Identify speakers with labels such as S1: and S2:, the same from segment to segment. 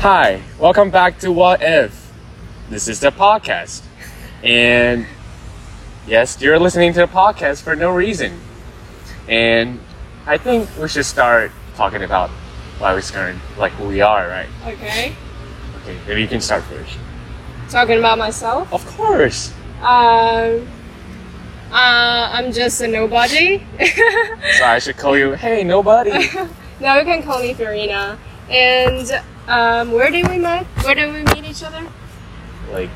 S1: Hi, welcome back to What If. This is the podcast. And yes, you're listening to the podcast for no reason. And I think we should start talking about why we're starting, like who we are, right?
S2: Okay.
S1: Okay, maybe you can start first.
S2: Talking about myself.
S1: Of course!
S2: Um. Uh, I'm just a nobody.
S1: So I should call you, hey, nobody.
S2: now you can call me Farina. And um, where did we meet? Where did we meet each other?
S1: like,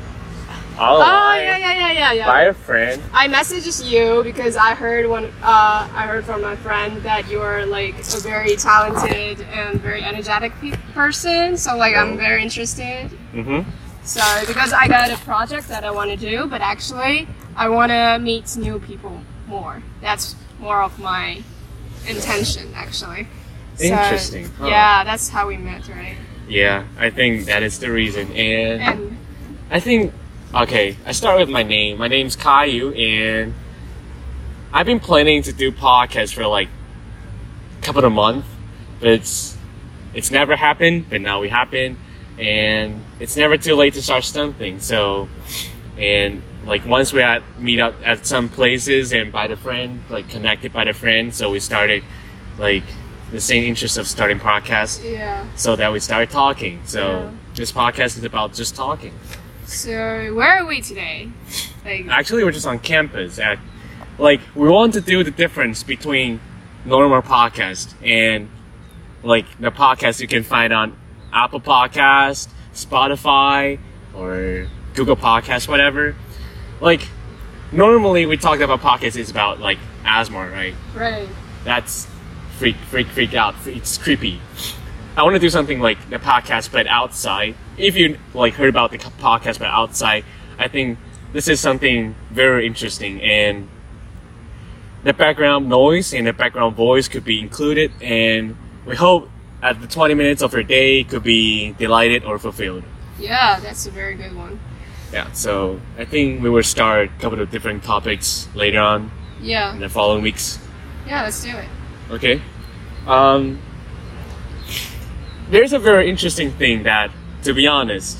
S2: Oh,
S1: online,
S2: yeah, yeah, yeah, yeah, yeah.
S1: by a friend.
S2: I messaged you because I heard one. Uh, I heard from my friend that you are like a very talented and very energetic pe- person. So like I'm very interested.
S1: Mm-hmm.
S2: So because I got a project that I want to do, but actually I want to meet new people more. That's more of my intention, actually. So,
S1: Interesting, huh?
S2: Yeah, that's how we met, right?
S1: Yeah, I think that is the reason.
S2: And
S1: I think okay, I start with my name. My name's Caillou and I've been planning to do podcasts for like a couple of months, but it's it's never happened, but now we happen and it's never too late to start something. So and like once we at meet up at some places and by the friend, like connected by the friend, so we started like the same interest of starting podcasts.
S2: yeah.
S1: So that we started talking. So
S2: Yeah.
S1: this podcast is about just talking.
S2: So where are we today? Like
S1: Actually, we're just on campus. At, like, we want to do the difference between normal podcast and like the podcast you can find on Apple Podcast, Spotify, or Google Podcast, whatever. Like, normally we talk about podcasts is about like asthma, right?
S2: right.
S1: That's freak, freak, freak out. It's creepy. I want to do something like the podcast, but outside. If you like heard about the co- podcast, but outside, I think this is something very interesting. And the background noise and the background voice could be included. And we hope at the 20 minutes of your day could be delighted or fulfilled.
S2: Yeah, that's a very good one.
S1: Yeah. So I think we will start a couple of different topics later on in
S2: Yeah.
S1: the following weeks.
S2: Yeah, let's do it.
S1: Okay. Um, there's a very interesting thing that, to be honest,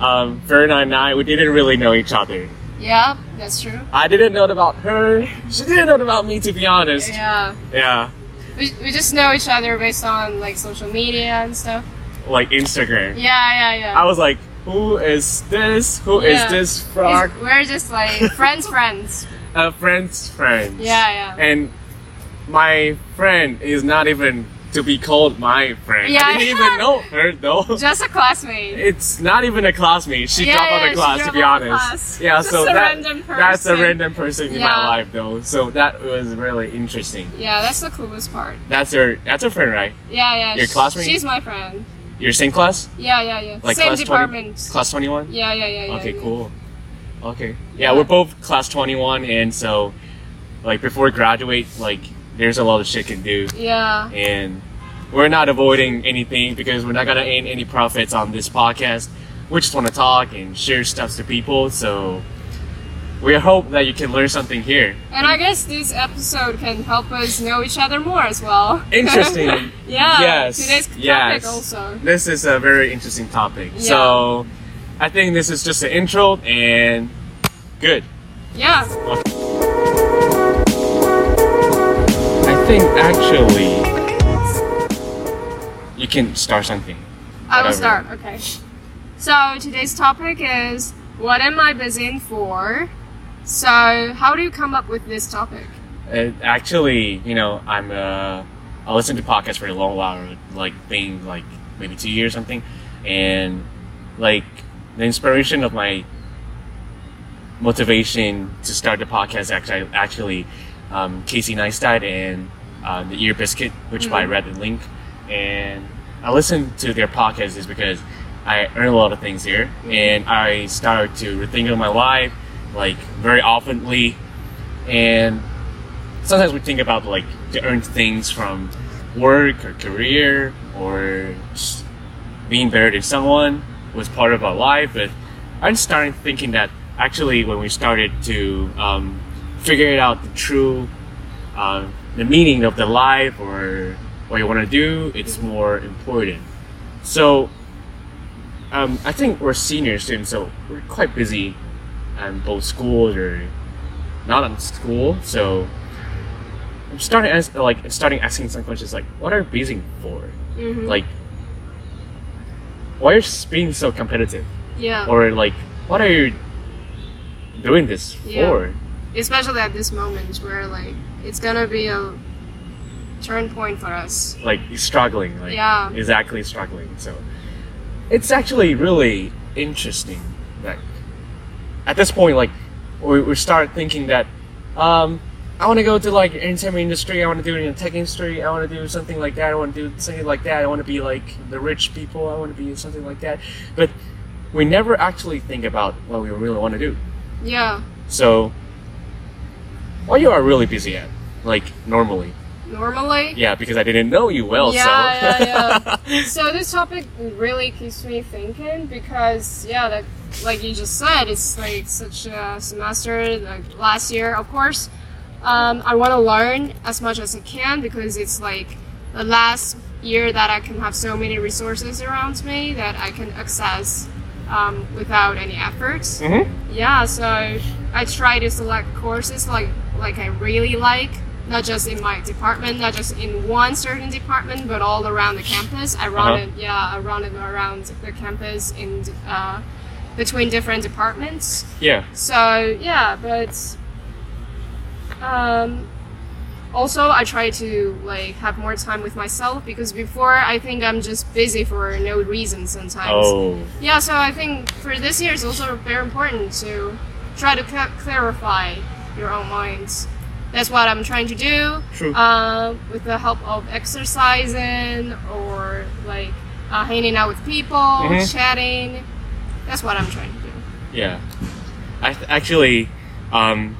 S1: um, Verna and I, we didn't really know each other.
S2: Yeah, that's true.
S1: I didn't know about her. She didn't know about me, to be honest.
S2: Yeah.
S1: Yeah,
S2: We, we just know each other based on like social media and stuff.
S1: like Instagram.
S2: Yeah, yeah, yeah.
S1: I was like, who is this? Who is
S2: Yeah.
S1: this frog?
S2: It's- We're just like friends, friends.
S1: A friend's friend.
S2: Yeah, yeah.
S1: And my friend is not even to be called my friend.
S2: Yeah.
S1: I didn't even know her though.
S2: Just a classmate.
S1: It's not even a classmate. She
S2: Yeah,
S1: dropped out
S2: yeah,
S1: of
S2: she
S1: class, to
S2: dropped
S1: be
S2: out of
S1: honest.
S2: class.
S1: Yeah,
S2: Just
S1: so
S2: a
S1: that,
S2: random
S1: that's a
S2: person.
S1: random person in my
S2: Yeah.
S1: life, though. So that was really interesting.
S2: Yeah, that's the coolest part.
S1: That's her. That's her friend, right?
S2: Yeah, yeah.
S1: Your
S2: sh-
S1: classmate?
S2: She's my friend.
S1: Your same class,
S2: Yeah, yeah, yeah.
S1: like
S2: Same
S1: class
S2: department.
S1: 20, class twenty-one.
S2: Yeah, yeah, yeah, yeah.
S1: okay,
S2: yeah.
S1: cool. Okay, yeah,
S2: Yeah.
S1: we're both class twenty-one, and so like before we graduate, like there's a lot of shit can do,
S2: Yeah,
S1: and we're not avoiding anything because we're not gonna earn any profits on this podcast. We just want to talk and share stuff to people, so we hope that you can learn something here.
S2: and I guess this episode can help us know each other more as well.
S1: Interesting.
S2: yeah.
S1: Yes.
S2: Today's topic
S1: yes.
S2: also.
S1: This is a very interesting topic. So I think this is just an intro and good.
S2: Yeah.
S1: I think actually you can start something.
S2: I will
S1: Whatever.
S2: start. Okay. So today's topic is what am I busy in for? So how do you come up with this topic?
S1: Uh, actually, you know, I'm uh, I listened to podcasts for a long while, like being like maybe two years or something, and like the inspiration of my motivation to start the podcast actually actually um, Casey Neistat and uh, the Ear Biscuit, which by Red and Link, and I listened to their podcast is because I learn a lot of things here, and I started to rethink of my life like very oftenly, and sometimes we think about like to earn things from work or career or just being better than someone was part of our life but i'm starting thinking that actually when we started to um, figure it out the true uh, the meaning of the life or what you want to do it's more important so um, I think we're senior students, so we're quite busy um, both school or not on school. So I'm starting as like starting asking some questions like, what are you busy for?
S2: Mhm.
S1: Like, why are you being so competitive?
S2: yeah.
S1: Or like, what are you doing this
S2: Yeah.
S1: for?
S2: Especially at this moment where like it's gonna be a turn point for us.
S1: Like struggling, like
S2: Yeah.
S1: exactly struggling. So it's actually really interesting that at this point, like we, we start thinking that um, I want to go to like entertainment industry. I want to do it in the tech industry. I want to do something like that. I want to do something like that. I want to be like the rich people. I want to be something like that. But we never actually think about what we really want to do.
S2: Yeah.
S1: So, what you are really busy at, like normally?
S2: Normally.
S1: Yeah, because I didn't know you well.
S2: Yeah,
S1: so.
S2: yeah, So this topic really keeps me thinking because yeah, that, like you just said, it's like such a semester. Like last year, of course, um, I want to learn as much as I can because it's like the last year that I can have so many resources around me that I can access um, without any efforts.
S1: Mhm.
S2: Yeah, so I try to select courses like like I really like, not just in my department, not just in one certain department, but all around the campus. I run
S1: Uh-huh.
S2: it, yeah, I run it around the campus in uh, between different departments.
S1: yeah.
S2: So yeah, but um, also I try to like have more time with myself because before I think I'm just busy for no reason sometimes.
S1: Oh,
S2: Yeah, so I think for this year it's also very important to try to cl- clarify your own minds. That's what I'm trying to do.
S1: True.
S2: Uh, with the help of exercising or like uh, hanging out with people,
S1: Mhm.
S2: chatting. That's what I'm trying to do.
S1: yeah. I th- actually, um,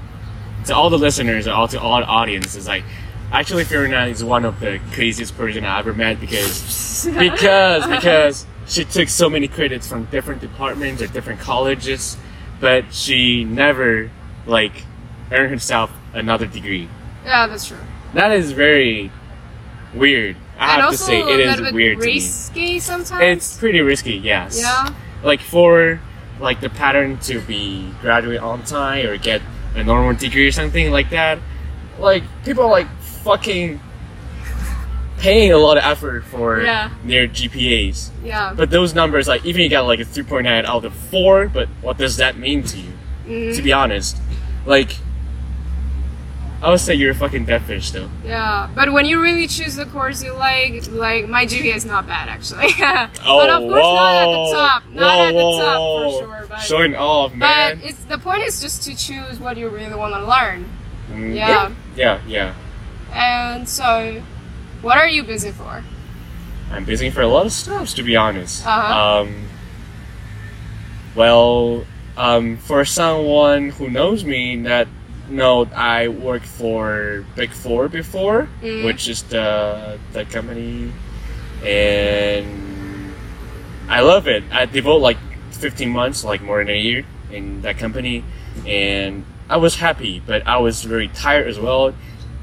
S1: to all the listeners, all to all the audience, is like, actually, Fiorina is one of the craziest person I ever met because because because she took so many credits from different departments or different colleges, but she never like earned herself another degree.
S2: yeah, that's true.
S1: That is very weird. I have
S2: and
S1: to
S2: also
S1: say,
S2: a
S1: it
S2: little
S1: is
S2: bit
S1: weird
S2: risky
S1: to me.
S2: sometimes.
S1: It's pretty risky, yes.
S2: Yeah.
S1: Like for like the pattern to be graduate on time or get a normal degree or something like that. Like people are like fucking paying a lot of effort for
S2: Yeah.
S1: their GPAs.
S2: yeah.
S1: But those numbers, like even you got like a 3.9 out of 4, but what does that mean to you?
S2: Mhm.
S1: To be honest, like I would say you're a fucking dead fish though.
S2: Yeah, but when you really choose the course you like, like my GPA is not bad actually.
S1: Oh,
S2: but of course not at
S1: whoa.
S2: the top, not
S1: Oh, Whoa,
S2: at the
S1: whoa,
S2: top
S1: whoa.
S2: for sure. But,
S1: Showing off,
S2: but
S1: man.
S2: it's the point is just to choose what you really want to learn,
S1: Mm,
S2: yeah.
S1: Yeah, yeah.
S2: and so what are you busy for?
S1: I'm busy for a lot of stuff, to be honest.
S2: Uh-huh.
S1: Um, well, um, for someone who knows me, that no, I worked for Big Four before,
S2: Mm.
S1: which is the the company, and I love it. I devote like 15 months, like more than a year, in that company, and I was happy, but I was very tired as well,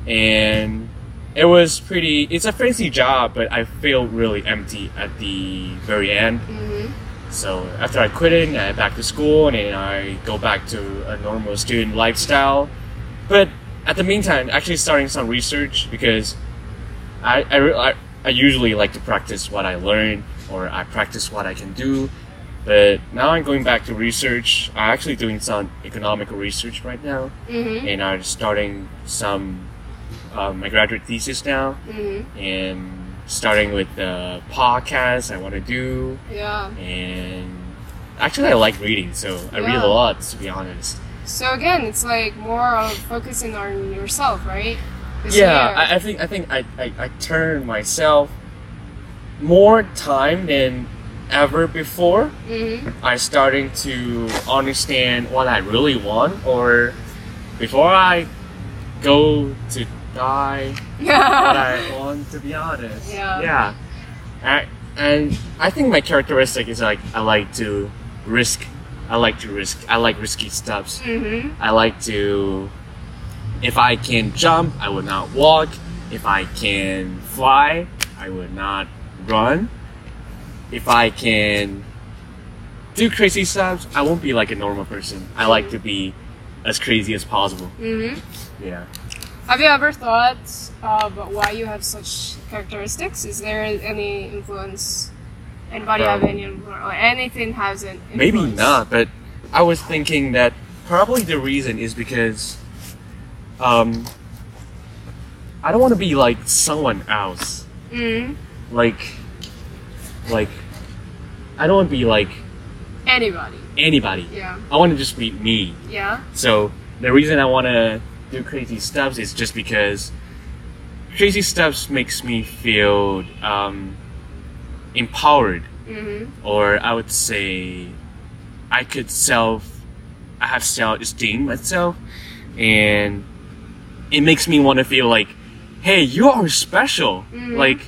S1: and it was pretty it's a fancy job but i feel really empty at the very end
S2: Mm-hmm.
S1: so after i quit it i back to school and then i go back to a normal student lifestyle but at the meantime actually starting some research because i i, re- I, I usually like to practice what i learn or i practice what i can do but now i'm going back to research i'm actually doing some economical research right now
S2: Mm-hmm.
S1: and i'm starting some um, my graduate thesis now
S2: Mm-hmm.
S1: and starting with the podcast I want to do,
S2: Yeah.
S1: and actually I like reading, so I read
S2: Yeah.
S1: a lot to be honest.
S2: So again, it's like more of focusing on yourself, right? This
S1: yeah,
S2: year.
S1: I, I think I think I, I I turn myself more time than ever before.
S2: Mhm.
S1: I starting to understand what I really want, or before I go to die, what I want, to be honest.
S2: Yeah.
S1: Yeah. I, and I think my characteristic is like I like to risk. I like to risk. I like risky stuffs.
S2: Mhm.
S1: I like to. If I can jump, I would not walk. If I can fly, I would not run. If I can do crazy stuff, I won't be like a normal person. I like to be as crazy as possible.
S2: hmm
S1: Yeah.
S2: Have you ever thought of why you have such characteristics? Is there any influence? Anybody have
S1: Um,
S2: any influence? Or anything has an influence?
S1: Maybe not, but I was thinking that probably the reason is because um, I don't want to be like someone else.
S2: Mm,
S1: Like, like I don't want to be like
S2: anybody.
S1: anybody.
S2: Yeah.
S1: I want to just be me.
S2: Yeah.
S1: So the reason I want to do crazy stuffs is just because crazy stuffs makes me feel um, empowered,
S2: hmm
S1: or I would say I could self, I have self esteem myself, and it makes me want to feel like, hey, you are special,
S2: Mhm.
S1: like.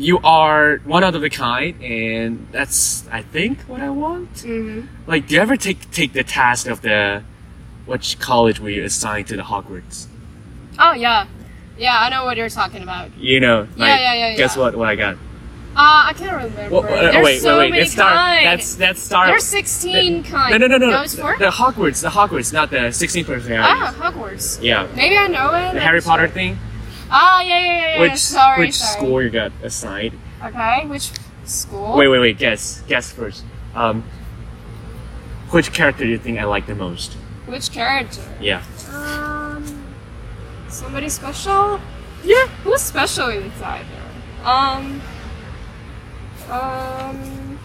S1: You are one out of a kind, and that's I think what I want
S2: hmm
S1: like do you ever take take the task of the which college were you assigned to the Hogwarts?
S2: Oh, yeah. Yeah, I know what you're talking about.
S1: You know, like
S2: yeah, yeah, yeah.
S1: guess what what I got?
S2: Uh, I can't remember.
S1: Well, uh,
S2: There's
S1: wait, wait,
S2: so
S1: wait,
S2: many
S1: That's Star
S2: kinds.
S1: that's that's Star
S2: There's 16 kinds.
S1: No no no no
S2: No, it's four?
S1: The Hogwarts, the Hogwarts, not the sixteen personalities.
S2: ah, Hogwarts.
S1: Yeah.
S2: Maybe I know it.
S1: The Harry Potter thing?
S2: Ah, yeah, yeah, yeah. yeah.
S1: which
S2: sorry,
S1: which
S2: sorry.
S1: school you got assigned?
S2: Okay, which school?
S1: Wait, wait, wait, guess. Guess first. Um which character do you think I like the most?
S2: Which character?
S1: Yeah.
S2: Um, somebody special?
S1: Yeah.
S2: Who's special inside there? Um, um.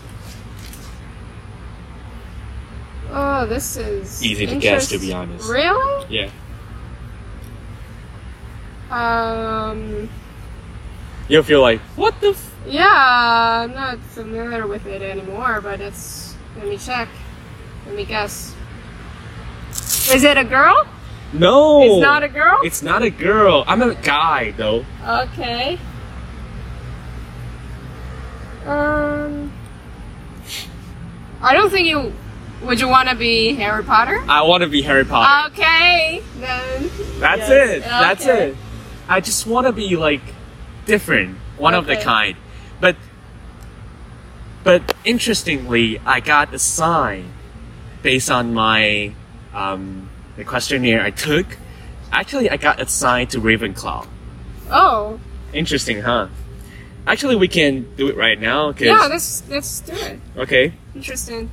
S2: Oh, this is
S1: Easy to guess, to
S2: interest-
S1: be honest.
S2: Really?
S1: Yeah.
S2: Um.
S1: You'll feel like what the f-
S2: Yeah, I'm not familiar with it anymore, but it's. Let me check. Let me guess. Is it a girl?
S1: No
S2: It's not a girl?
S1: It's not a girl. I'm a guy though.
S2: Okay. Um. I don't think you. Would you want to be Harry Potter?
S1: I want to be Harry Potter.
S2: Okay, then.
S1: That's
S2: yes.
S1: it. That's
S2: Okay.
S1: it. I just want to be like different, one of the
S2: Okay.
S1: kind. But but interestingly, I got a sign based on my um, the questionnaire I took. Actually, I got assigned to Ravenclaw.
S2: Oh,
S1: Interesting, huh? Actually, we can do it right now. Cause,
S2: yeah. Let's let's do it.
S1: okay.
S2: Interesting.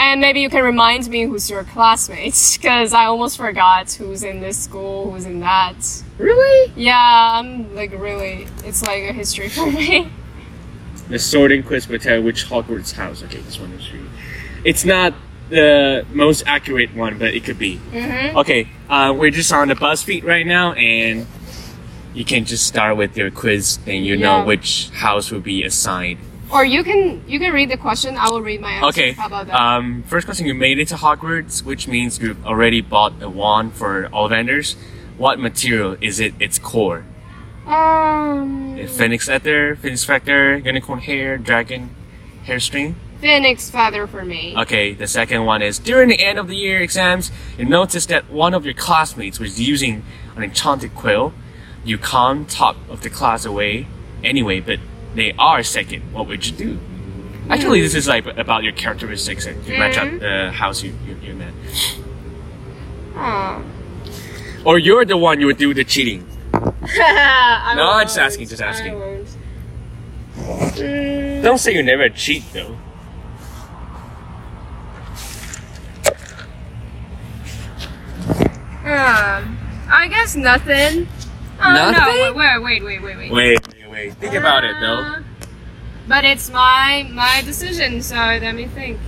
S2: And maybe you can remind me who's your classmates, because I almost forgot who's in this school, who's in that.
S1: Really?
S2: Yeah, I'm like really. It's like a history for me.
S1: The Sword and Quiz would tell which Hogwarts house. Okay, this one is true. It's not the most accurate one, but it could be.
S2: Mm-hmm.
S1: Okay, uh, we're just on the BuzzFeed right now, and you can just start with your quiz, and you
S2: Yeah.
S1: know which house will be assigned.
S2: Or you can you can read the question. I will read my answer.
S1: Okay.
S2: How about that?
S1: Um, first question: You made it to Hogwarts, which means you've already bought a wand for Ollivanders. What material is it? Its core: uh,
S2: Um,
S1: phoenix leather, phoenix factor, unicorn hair, dragon hairstring.
S2: Phoenix Feather for me.
S1: Okay, the second one is during the end of the year exams, you notice that one of your classmates was using an enchanted quill. You calm top of the class away anyway, but they are second. What would you do? Actually, this is like about your characteristics and you match up the house you, you, you're in.
S2: Huh.
S1: Or you're the one you would do the cheating.
S2: I
S1: No,
S2: won't.
S1: I'm just asking, just
S2: I
S1: asking.
S2: won't. Mm,
S1: Don't say you never cheat though.
S2: um, I guess nothing. Oh,
S1: Nothing?
S2: No, wait, wait, wait, wait,
S1: Wait,
S2: wait.
S1: wait, wait. Think about it though.
S2: Uh, But it's my my decision, so let me think.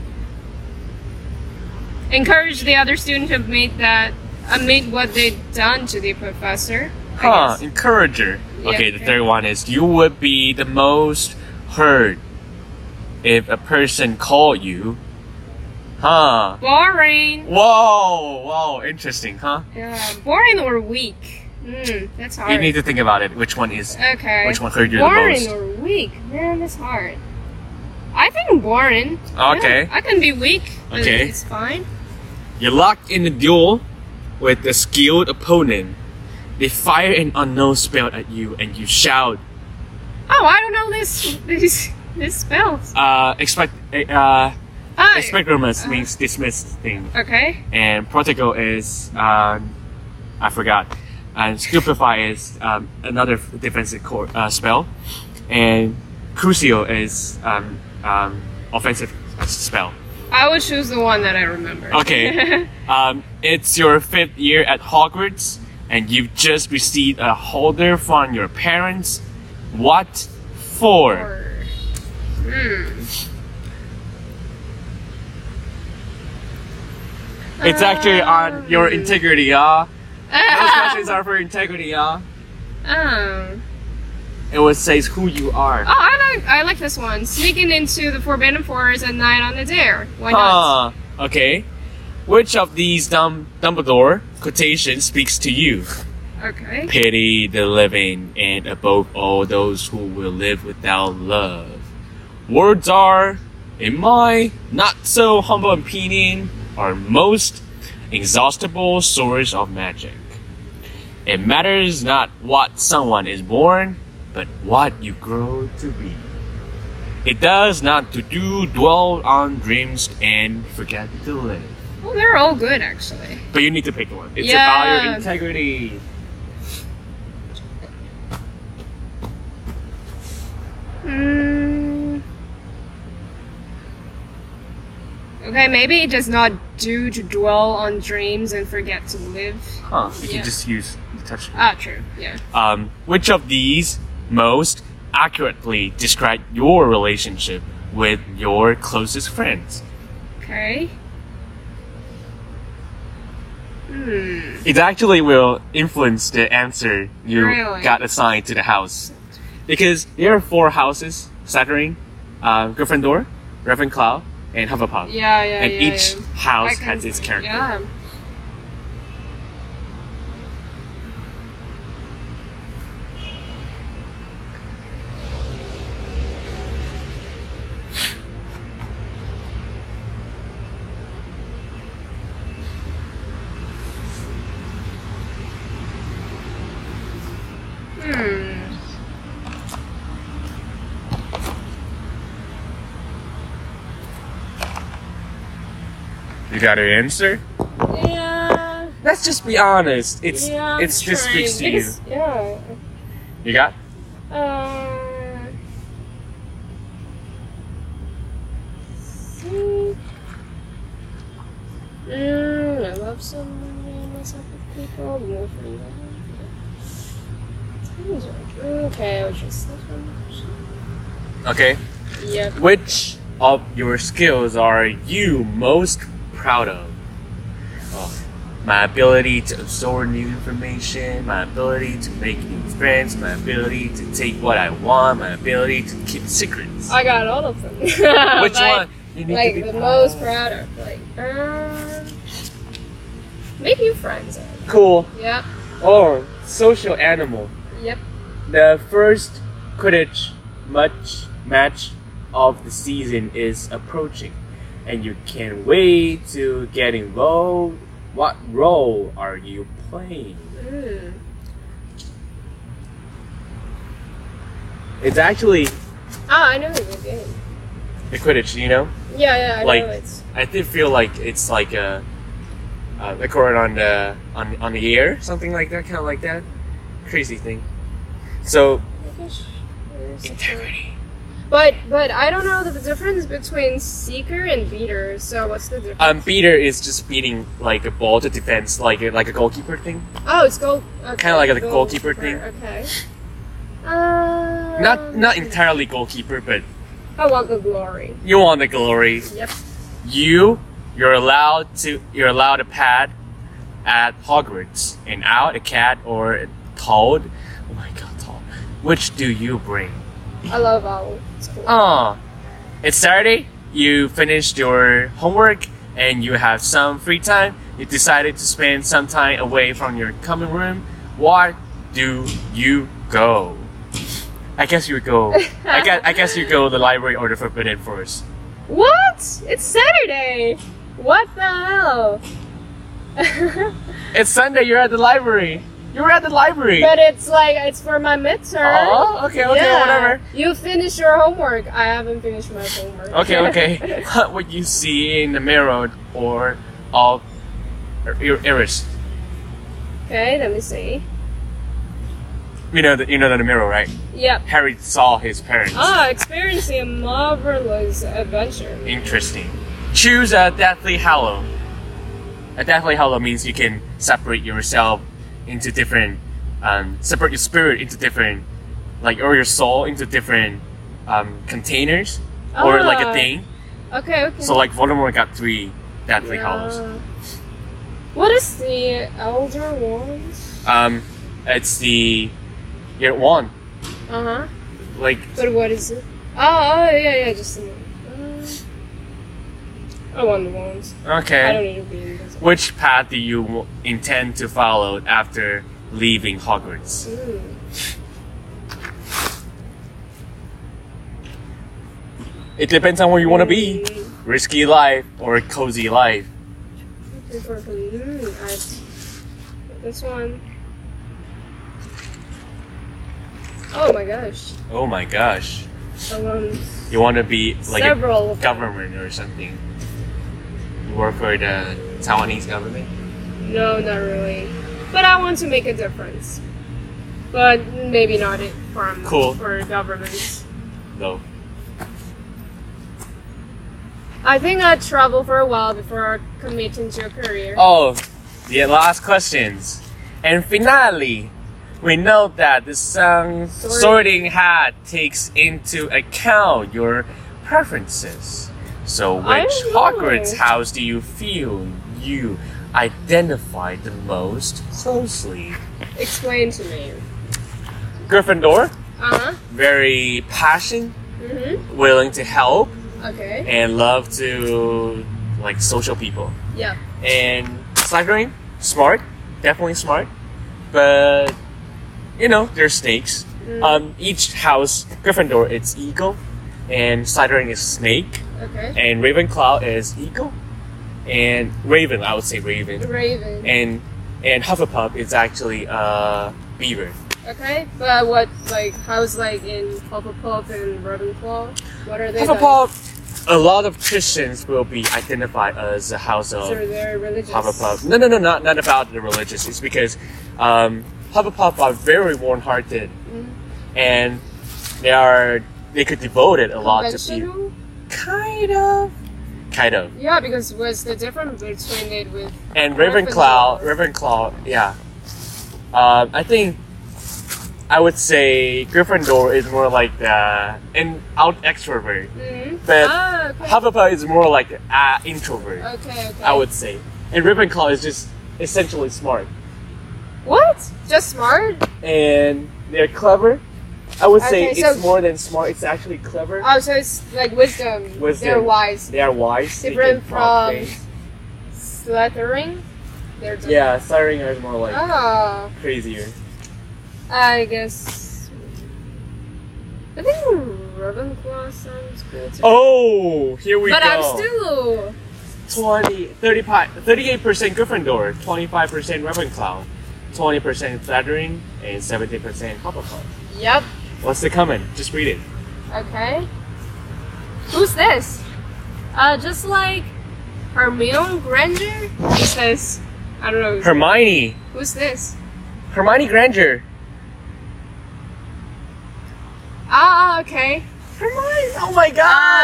S2: Encourage the other student to admit that admit what they've done to the professor. I
S1: Huh,
S2: guess.
S1: encourager.
S2: Yeah,
S1: okay, the
S2: yeah.
S1: third one is you would be the most hurt if a person called you. Huh.
S2: Boring.
S1: Whoa, whoa, interesting, huh?
S2: Yeah, boring or weak. Hmm, that's hard.
S1: You need to think about it. Which one is
S2: Okay.
S1: which one hurt you the
S2: boring
S1: most?
S2: or weak? Man, that's hard. I think boring.
S1: Okay.
S2: Yeah, I can be weak. but
S1: Okay.
S2: It's fine.
S1: You're locked in a duel with a skilled opponent. They fire an unknown spell at you and you shout,
S2: Oh, I don't know this. this This spells.
S1: Uh, expect uh,
S2: Ah,
S1: expectormus means dismissed thing,
S2: okay.
S1: and protego is um, I forgot, and stupefy is um, another defensive core, uh, spell, and crucio is um, um, offensive spell.
S2: I would choose the one that I remember.
S1: Okay. um, it's your fifth year at Hogwarts, and you've just received a holder from your parents. What for?
S2: Or- Hmm.
S1: It's actually on your integrity, y'all. Those questions are for integrity, y'all.
S2: Um.
S1: It would says who you are.
S2: Oh, I like I like this one. Sneaking into the Forbidden Forest at night on the dare. Why not?
S1: Huh. Okay. Which of these Dum- Dumbledore quotations speaks to you?
S2: Okay.
S1: Pity the living and above all those who will live without love. Words are, in my not so humble opinion, our most exhaustible source of magic. It matters not what someone is born, but what you grow to be. It does not to do dwell on dreams and forget to live.
S2: Well, they're all good actually.
S1: But you need to pick one. It's about your
S2: Yeah.
S1: integrity.
S2: Mm. Okay, maybe it does not do to dwell on dreams and forget to live.
S1: Huh. You
S2: Yeah.
S1: can just use the touch.
S2: Ah, true. Yeah.
S1: Um, which of these most accurately describe your relationship with your closest friends?
S2: Okay. Hmm.
S1: It actually will influence the answer you
S2: Really?
S1: got assigned to the house. Because there are four houses Slytherin, uh, Gryffindor, Ravenclaw, and Hufflepuff.
S2: Yeah, yeah,
S1: and
S2: yeah.
S1: each
S2: yeah.
S1: house
S2: I
S1: has
S2: can-
S1: its character.
S2: Yeah. Hmm.
S1: You got your answer?
S2: Yeah.
S1: Let's just be honest. It's
S2: yeah, I'm
S1: it's just
S2: trying.
S1: speaks to you.
S2: Because- Yeah.
S1: You got?
S2: Uh, Mm, I love someone and myself with people. More freedom. Things are- Okay, I'll just this one.
S1: Okay.
S2: Yep.
S1: Which of your skills are you most proud of? Oh, my ability to absorb new information, my ability to make new friends, my ability to take what I want, my ability to keep secrets.
S2: I got all of them. Which
S1: Which one? You need
S2: Oh, Like
S1: to be
S2: the
S1: proud
S2: most
S1: of?
S2: proud of. Like, um, make new friends.
S1: Cool.
S2: Yep.
S1: Or social animal.
S2: Yep.
S1: The first Quidditch much match of the season is approaching, and you can't wait to get involved. What role are you playing?
S2: Mm.
S1: It's actually
S2: Ah, I know the game.
S1: the Quidditch, you know.
S2: Yeah, yeah, I
S1: Like-
S2: know it's.
S1: I did feel like it's like a, a record on the on on the air, something like that, kind of like that, crazy thing. So integrity.
S2: But but I don't know the difference between seeker and beater. So what's the difference?
S1: Um, beater is just beating like a ball to defense, like a, like a goalkeeper thing.
S2: oh, it's goal. Okay,
S1: Kinda like the goalkeeper thing.
S2: Okay. Uh,
S1: Not not entirely goalkeeper, but
S2: I want the glory.
S1: you want the glory.
S2: Yep.
S1: You you're allowed to you're allowed a pad at Hogwarts and out a cat or a toad. Oh my god, toad. Which do you bring?
S2: I love owl. It's cool. Uh,
S1: Oh, it's Saturday. You finished your homework and you have some free time. You decided to spend some time away from your common room. Where do you go? I guess you go. I guess I guess you go the library or the forbidden forest.
S2: What? It's Saturday. What the hell?
S1: It's Sunday. You're at the library. You were at the library.
S2: But it's like it's for my midterm.
S1: Oh, okay, okay,
S2: Yeah.
S1: whatever.
S2: You finish your homework. I haven't finished my homework.
S1: Okay, okay. what you see in the mirror or of your iris?
S2: okay, let me see.
S1: You know, the, you know the mirror, right?
S2: Yep.
S1: Harry saw his parents.
S2: Ah, experiencing a marvelous adventure.
S1: Interesting. Choose a Deathly Hallow. A Deathly Hallow means you can separate yourself into different, um, separate your spirit into different, like, or your soul into different um, containers or like a
S2: Ah.
S1: thing.
S2: Okay, okay.
S1: So, like, Voldemort got three Deathly
S2: Yeah.
S1: Hallows.
S2: What is the Elder Wand?
S1: Um, it's the your wand.
S2: Uh huh.
S1: Like,
S2: But what is it? Oh, oh yeah, yeah, just a minute. Uh, I want the wands. I don't
S1: okay.
S2: need to be in this.
S1: Which path do you w- intend to follow after leaving Hogwarts?
S2: Ooh.
S1: It depends on where you want to be.
S2: Mm,
S1: Risky life or a cozy life.
S2: preferably- mm, I, this one. Oh my gosh.
S1: Oh my gosh.
S2: I want
S1: You want to be like
S2: several.
S1: a
S2: of them.
S1: government or something. You work for the Taiwanese government?
S2: No, not really. But I want to make a difference. But maybe not it from
S1: Cool.
S2: for governments.
S1: No.
S2: I think I'd travel for a while before committing to a career.
S1: Oh, the last questions. And finally, we know that the song
S2: Sorting.
S1: Sorting Hat takes into account your preferences. So,
S2: I
S1: which
S2: don't know.
S1: Hogwarts house do you feel you identify the most closely?
S2: Explain to me.
S1: Gryffindor,
S2: Uh huh.
S1: very passionate,
S2: Mhm.
S1: willing to help,
S2: Okay.
S1: and love to like social people.
S2: Yeah.
S1: and Slytherin, smart, definitely smart, but you know there's snakes.
S2: Mm.
S1: Um, each house, Gryffindor, it's eagle, and Slytherin is snake,
S2: Okay.
S1: and Ravenclaw is eagle, and Raven, I would say Raven,
S2: Raven.
S1: and and Hufflepuff is actually uh beaver.
S2: Okay, but what like how's like in Hufflepuff and Ravenclaw? What are they?
S1: Hufflepuff, a lot of Christians will be identified as the house
S2: like?
S1: of
S2: Are they religious?
S1: Hufflepuff. No, no, no, not not about the religious. It's because um, Hufflepuff are very warm-hearted, and they are they could devote it a lot to people.
S2: Conventional?
S1: Kind of, kind of.
S2: Yeah, because what's the difference between it with?
S1: And Ravenclaw, Ravenclaw, yeah. Um, I think I would say Gryffindor is more like the an out extrovert,
S2: hmm
S1: but
S2: ah, okay.
S1: Hufflepuff is more like uh, introvert.
S2: okay, okay.
S1: I would say, and Ravenclaw is just essentially smart.
S2: What? Just smart?
S1: and they're clever. I would say
S2: Okay,
S1: it's
S2: so-
S1: more than smart. It's actually clever.
S2: Oh, so it's like wisdom.
S1: Wisdom.
S2: They're wise.
S1: they are wise. They
S2: Different
S1: can prompt
S2: from-
S1: things.
S2: Slytherin. They're just,
S1: yeah, Siren are more like
S2: Oh,
S1: crazier.
S2: I guess. I think Ravenclaw sounds cool too.
S1: Oh, here we
S2: but
S1: go.
S2: I'm still.
S1: 20, 35, 38% Gryffindor, 25% Ravenclaw, 20% Slytherin, and 70% Hufflepuff.
S2: Yep.
S1: What's the comment? Just read it.
S2: Okay. Who's this? Uh, just like Hermione Granger? Who's this? I don't know. Who's,
S1: Hermione.
S2: who's this?
S1: Hermione Granger.
S2: Ah, okay.
S1: Hermione. Oh my
S2: Ah,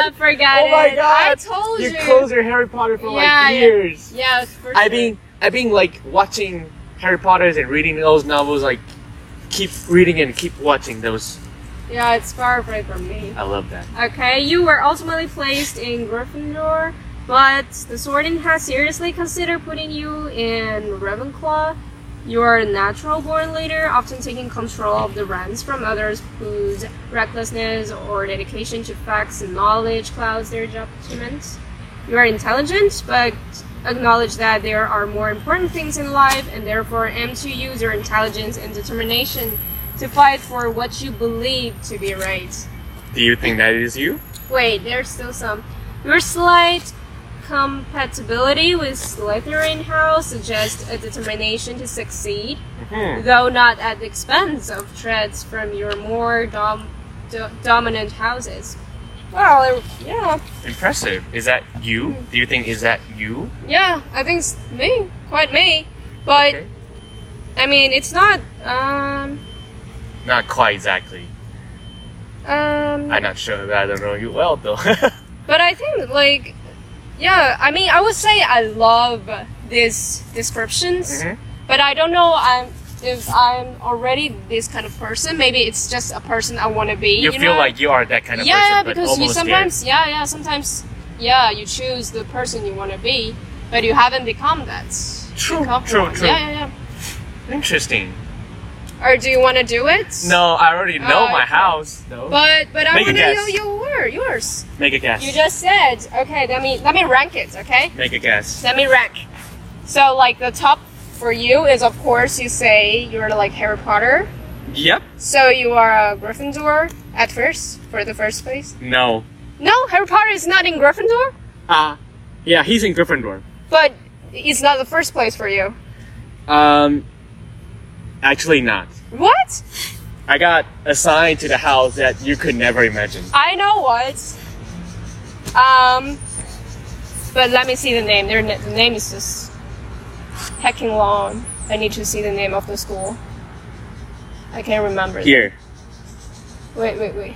S1: god.
S2: forgot
S1: Oh my
S2: it.
S1: God.
S2: I told you.
S1: you closed your Harry Potter for
S2: Yeah,
S1: like
S2: yeah.
S1: years.
S2: Yeah, for
S1: I
S2: sure.
S1: mean, I mean, like watching Harry Potter's and reading those novels, like keep reading and keep watching those.
S2: Yeah, it's far away from me.
S1: I love that.
S2: Okay, you were ultimately placed in Gryffindor, but the Sorting has seriously considered putting you in Ravenclaw. You are a natural born leader, often taking control of the reins from others whose recklessness or dedication to facts and knowledge clouds their judgment. You are intelligent, but acknowledge that there are more important things in life and therefore aim to use your intelligence and determination to fight for what you believe to be right.
S1: Do you think that is you?
S2: Wait, there's still some. Your slight compatibility with Slytherin house suggests a determination to succeed,
S1: Mhm.
S2: though not at the expense of threats from your more dom- do- dominant houses. Well, yeah,
S1: Impressive. Is that you? Do you think is that you?
S2: yeah, I think it's me, quite me. But
S1: Okay.
S2: I mean, it's not. Um,
S1: Not quite exactly.
S2: um.
S1: I'm not sure. I don't know you well though.
S2: But I think like yeah, I mean I would say I love these descriptions,
S1: Mhm.
S2: but I don't know I'm if I'm already this kind of person. Maybe it's just a person I want to be.
S1: you,
S2: You,
S1: feel
S2: know?
S1: like you are that kind of
S2: yeah,
S1: person, but
S2: because you
S1: almost
S2: sometimes yeah yeah sometimes yeah you choose the person you want to be, but you haven't become that.
S1: True,
S2: Become
S1: true,
S2: one.
S1: true.
S2: Yeah, yeah, yeah.
S1: there. Interesting.
S2: Or do you want to do it?
S1: No, I already know
S2: Oh,
S1: my
S2: okay.
S1: house though.
S2: But but I
S1: Make a
S2: want to know
S1: guess.
S2: your word, yours.
S1: Make a guess.
S2: You just said okay. Let me let me rank it. Okay.
S1: Make a guess.
S2: Let me rank. So like the top for you is of course you say you're like Harry Potter.
S1: Yep.
S2: So you are a Gryffindor at first for the first place.
S1: No.
S2: No, Harry Potter is not in Gryffindor,
S1: Uh yeah, he's in Gryffindor.
S2: but it's not the first place for you.
S1: Um actually not.
S2: What?
S1: I got assigned to the house that you could never imagine.
S2: I know what. Um, but let me see the name. Their na- the name is just hecking long. I need to see the name of the school. I can't remember.
S1: Here.
S2: Wait, wait, wait.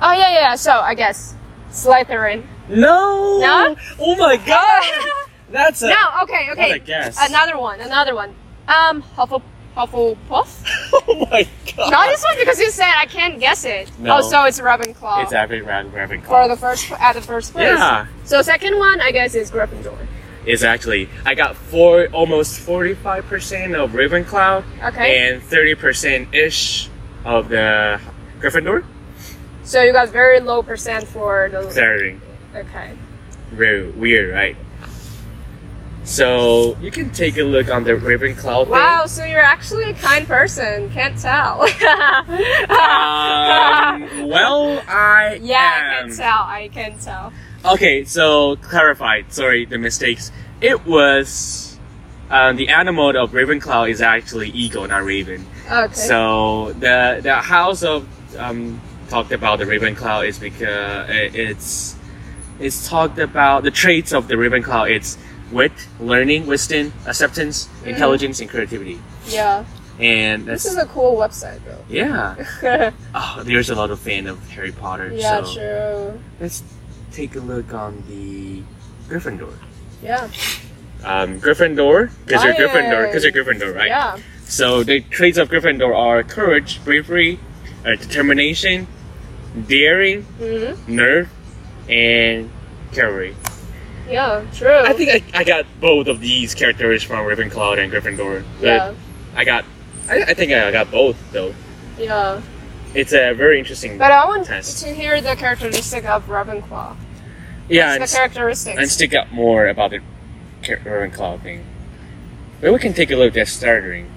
S2: Oh yeah, yeah. yeah, So I guess Slytherin.
S1: No.
S2: No?
S1: Oh my god.
S2: Oh,
S1: That's a
S2: no. Okay, okay.
S1: What a guess.
S2: Another one. Another one. Um, Huffle, Hufflepuff.
S1: Oh my god.
S2: Not this one because you said I can't guess it.
S1: No.
S2: Oh, so it's Ravenclaw.
S1: It's Abbey Rad Ravenclaw.
S2: For the first at the first place.
S1: Yeah.
S2: So second one, I guess, is Gryffindor.
S1: It's actually I got four almost forty five percent of Ravenclaw
S2: Okay.
S1: and thirty percent ish of the Gryffindor.
S2: So you got very low percent for the.
S1: Sorry.
S2: Okay.
S1: Very weird, right? So you can take a look on the Ravenclaw thing.
S2: Wow. So you're actually a kind person. Can't tell.
S1: Um, well, I
S2: Yeah, I
S1: am.
S2: can tell. I can tell.
S1: Okay, so clarified. Sorry, the mistakes. It was um, the animal of Ravenclaw is actually eagle, not raven.
S2: Okay.
S1: So the the house of um, talked about the Ravenclaw is because it- it's it's talked about the traits of the Ravenclaw. It's wit, learning, wisdom, acceptance, intelligence, and creativity.
S2: yeah,
S1: And
S2: Mm-hmm. this
S1: that's
S2: is a cool website though.
S1: yeah.
S2: yeah,
S1: Oh, there's a lot of fan of Harry Potter. so
S2: true.
S1: let's take a look on the Gryffindor.
S2: Yeah,
S1: um, Gryffindor because you're
S2: Why?
S1: Gryffindor because you're Gryffindor, right?
S2: yeah.
S1: So the traits of Gryffindor are courage, bravery, uh, determination, daring,
S2: hmm
S1: nerve, and cavalry.
S2: Yeah, true.
S1: I think I, I got both of these characters from Ravenclaw and Gryffindor. But
S2: yeah,
S1: I got. I, I think I got both though.
S2: yeah.
S1: It's a very interesting.
S2: But I want
S1: Test.
S2: to hear the characteristic of Ravenclaw.
S1: yeah,
S2: What's
S1: and,
S2: the
S1: s-
S2: characteristics.
S1: and stick up more about the Ca- Ravenclaw thing. But we can take a look at startering.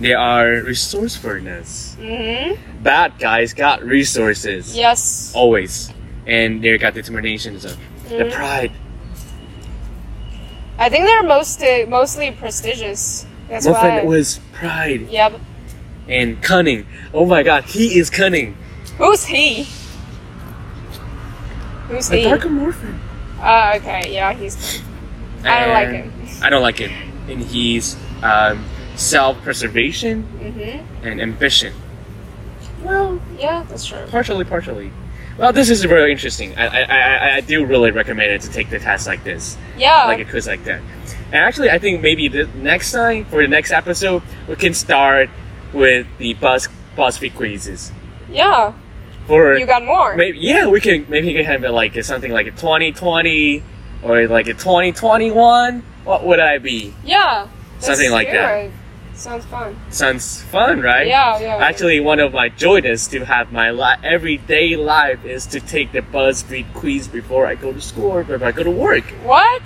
S1: They are resourcefulness.
S2: hmm
S1: bad guys got resources
S2: Yes.
S1: Oh. always and they got determination so the
S2: Mhm.
S1: pride
S2: I think they're most uh, mostly prestigious. That's why.
S1: Muffin was pride
S2: yeah. But
S1: and cunning oh my god he is cunning
S2: who's he? Who's
S1: the
S2: he?
S1: darker morphin
S2: Ah, okay. Yeah, he's. I don't like him.
S1: i don't like him and he's um, self-preservation
S2: hmm
S1: and ambition
S2: Well, yeah, that's true.
S1: partially partially well this is really interesting i i i, I- I do really recommend it to take the test like this
S2: Yeah.
S1: like a quiz like that. And actually, I think maybe the next time for the next episode, we can start with the buzz BuzzFeed quizzes.
S2: yeah.
S1: For
S2: You got more.
S1: maybe yeah, we can maybe we can have it like something like a 2020 or like a 2021. What would I be?
S2: Yeah. that's
S1: Something like that.
S2: good. Sounds fun.
S1: Sounds fun, right?
S2: Yeah, yeah. yeah.
S1: Actually, one of my joys is to have my li- everyday life is to take the BuzzFeed quiz before I go to school or before I go to work.
S2: What?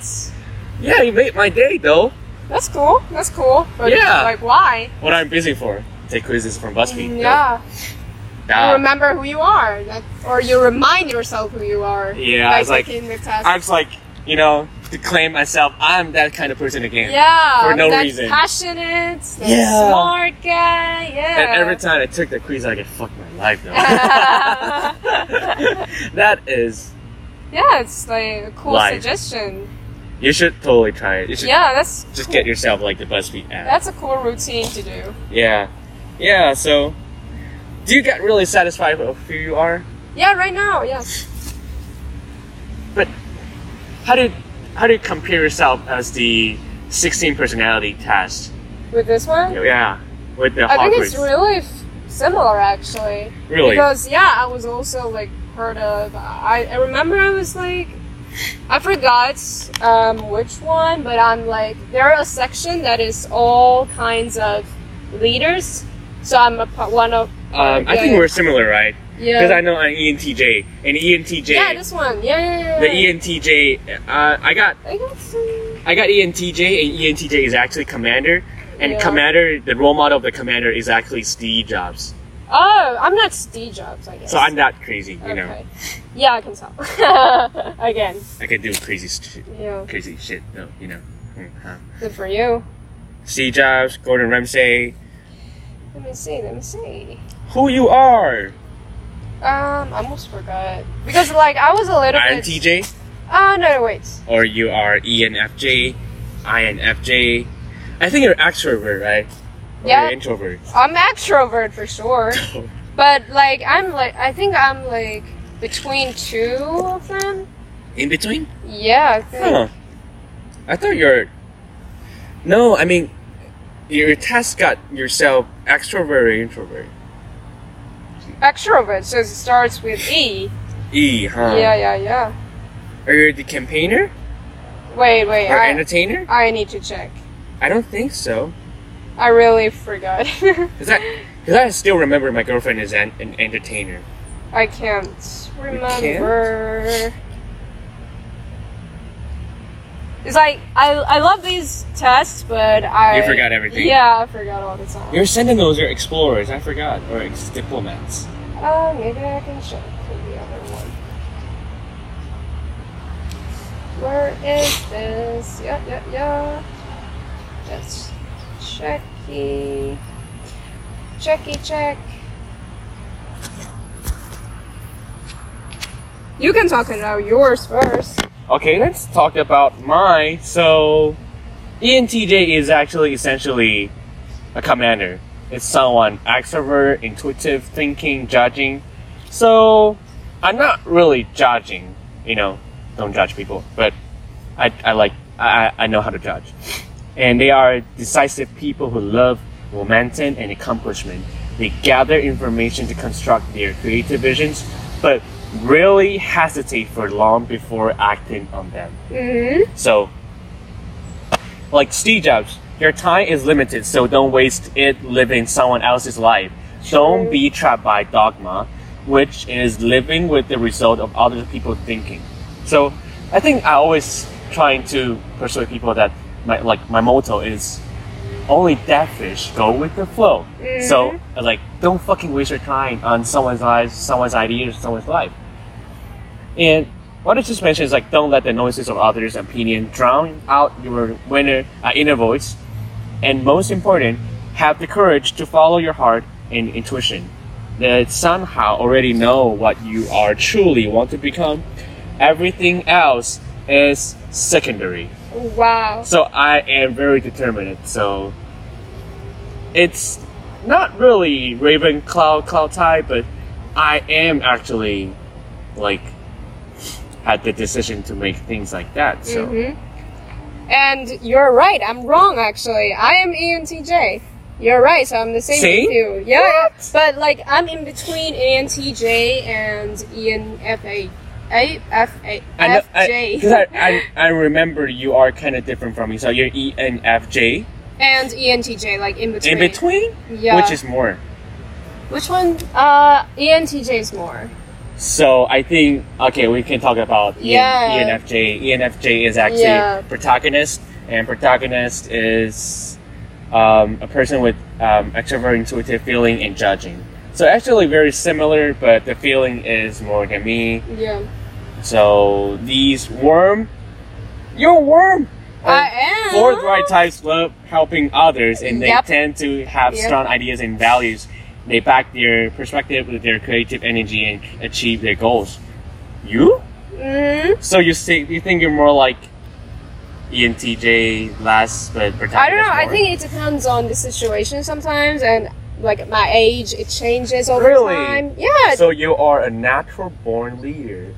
S1: Yeah, you made my day though.
S2: That's cool. That's cool. But
S1: Yeah.
S2: like why?
S1: What I'm busy for? Take quizzes from BuzzFeed.
S2: Yeah. you
S1: that.
S2: remember who you are, that, or you remind yourself who you are.
S1: Yeah,
S2: by
S1: I was like-
S2: taking the test.
S1: I was like, you know, to claim myself, I'm that kind of person again.
S2: yeah,
S1: for no
S2: that
S1: reason.
S2: passionate, that
S1: Yeah.
S2: smart guy. Yeah.
S1: And every time I took the quiz, I could fuck my life though. that is,
S2: yeah, it's like a cool
S1: Life.
S2: suggestion.
S1: you should totally try it. You should
S2: Yeah, that's
S1: just
S2: cool.
S1: get yourself like the BuzzFeed app.
S2: That's a cool routine to do.
S1: yeah, yeah. So, do you get really satisfied with who you are?
S2: Yeah, right now, yes.
S1: But how do you, how do you compare yourself as the 16 personality test?
S2: With this one,
S1: Yeah, with the
S2: I think
S1: Hogwarts.
S2: it's really f- similar actually.
S1: Really?
S2: Because yeah, I was also like heard of. I, I remember I was like, I forgot um, which one, but I'm like there are a section that is all kinds of leaders. So I'm a part, one of.
S1: um, I think
S2: yeah,
S1: we're similar, right? Because I
S2: Yeah.
S1: know I'm E ENTJ, and E ENTJ,
S2: Yeah, this one. Yeah, yeah, yeah.
S1: the E. ENTJ, uh, I got
S2: I guess. um,
S1: I got E ENTJ, and ENTJ is actually commander, and
S2: Yeah.
S1: commander, the role model of the commander is actually Steve Jobs.
S2: Oh, I'm not Steve Jobs, I guess.
S1: So I'm not crazy, you know.
S2: Okay. Yeah, I can tell. Again.
S1: I can do crazy shit,
S2: Yeah.
S1: crazy shit though, you know. Uh-huh.
S2: Good for you.
S1: Steve Jobs, Gordon Ramsay,
S2: Let me see. Let me see.
S1: who you are?
S2: Um, I almost forgot because like I was a little bit.
S1: INTJ,
S2: Oh no, wait.
S1: or you are E ENFJ, INFJ. I think you're extrovert, right? Or
S2: Yeah.
S1: you're introvert.
S2: I'm extrovert for sure, but like I'm like I think I'm like between two of them.
S1: In between.
S2: Yeah, I think.
S1: Huh. I thought you're. No, I mean, your test got yourself extrovert or introvert.
S2: extrovert. So it starts with E.
S1: E, huh?
S2: yeah, yeah, yeah.
S1: Are you the campaigner
S2: Wait, wait.
S1: or
S2: I,
S1: entertainer?
S2: I need to check.
S1: I don't think so.
S2: I really forgot.
S1: Cause I, cause I still remember my girlfriend is an, an entertainer.
S2: I can't remember. It's like I, I love these tests, but I
S1: You forgot everything.
S2: Yeah, I forgot all the time.
S1: Your sentinels are explorers. I forgot, or ex- diplomats.
S2: Uh, maybe I can check for the other one. Where is this? Yeah, yeah, yeah. Let's checky. Checky check. You can talk about yours first.
S1: Okay, let's talk about mine. So, E ENTJ is actually essentially a commander. It's someone extrovert, intuitive, thinking, judging. So, I'm not really judging. You know, don't judge people, but I, I like I, I know how to judge. And they are decisive people who love momentum and accomplishment. They gather information to construct their creative visions, but really hesitate for long before acting on them.
S2: Mm-hmm.
S1: So, like Steve Jobs, your time is limited, so don't waste it living someone else's life. Don't
S2: True.
S1: be trapped by dogma, which is living with the result of other people thinking. So, I think I always trying to persuade people that my like my motto is only dead fish go with the flow. So, like, don't fucking waste your time on someone's life, someone's ideas, someone's life. And what I just mentioned is like don't let the noises of others' opinion drown out your winner, uh, inner voice, and most important, have the courage to follow your heart and intuition. That somehow already know what you are truly want to become. Everything else is secondary.
S2: Wow.
S1: So I am very determined. So it's not really Raven Cloud Cloud type, but I am actually like had the decision to make things like that. So
S2: Mm-hmm. And you're right. I'm wrong, actually. I am ENTJ. You're right. So I'm the same
S1: See?
S2: with you. Yeah, yeah. But like, I'm in between ENTJ and ENFA. A F A
S1: I
S2: F
S1: because I,
S2: J
S1: I, I remember you are kind of different from me. So you're E ENFJ
S2: and ENTJ, like in between.
S1: in between,
S2: Yeah.
S1: which is more.
S2: which one? Uh, ENTJ is more.
S1: So I think okay, we can talk about E EN,
S2: Yeah.
S1: ENFJ. ENFJ is actually
S2: Yeah.
S1: protagonist, and protagonist is um, a person with um, extrovert, intuitive feeling, and judging. So actually very similar, but the feeling is more Morigami.
S2: Yeah.
S1: So these worm, you're a worm.
S2: I am.
S1: Forthright types love helping others, and they
S2: Yep.
S1: tend to have
S2: Yep.
S1: strong ideas and values. They back their perspective with their creative energy and achieve their goals. You?
S2: Mm,
S1: So you say you think you're more like E ENTJ last, but
S2: I don't know. I
S1: protagonist more?
S2: think it depends on the situation sometimes, and like my age, it changes over
S1: Really?
S2: time. Yeah.
S1: so. You are a natural born leader,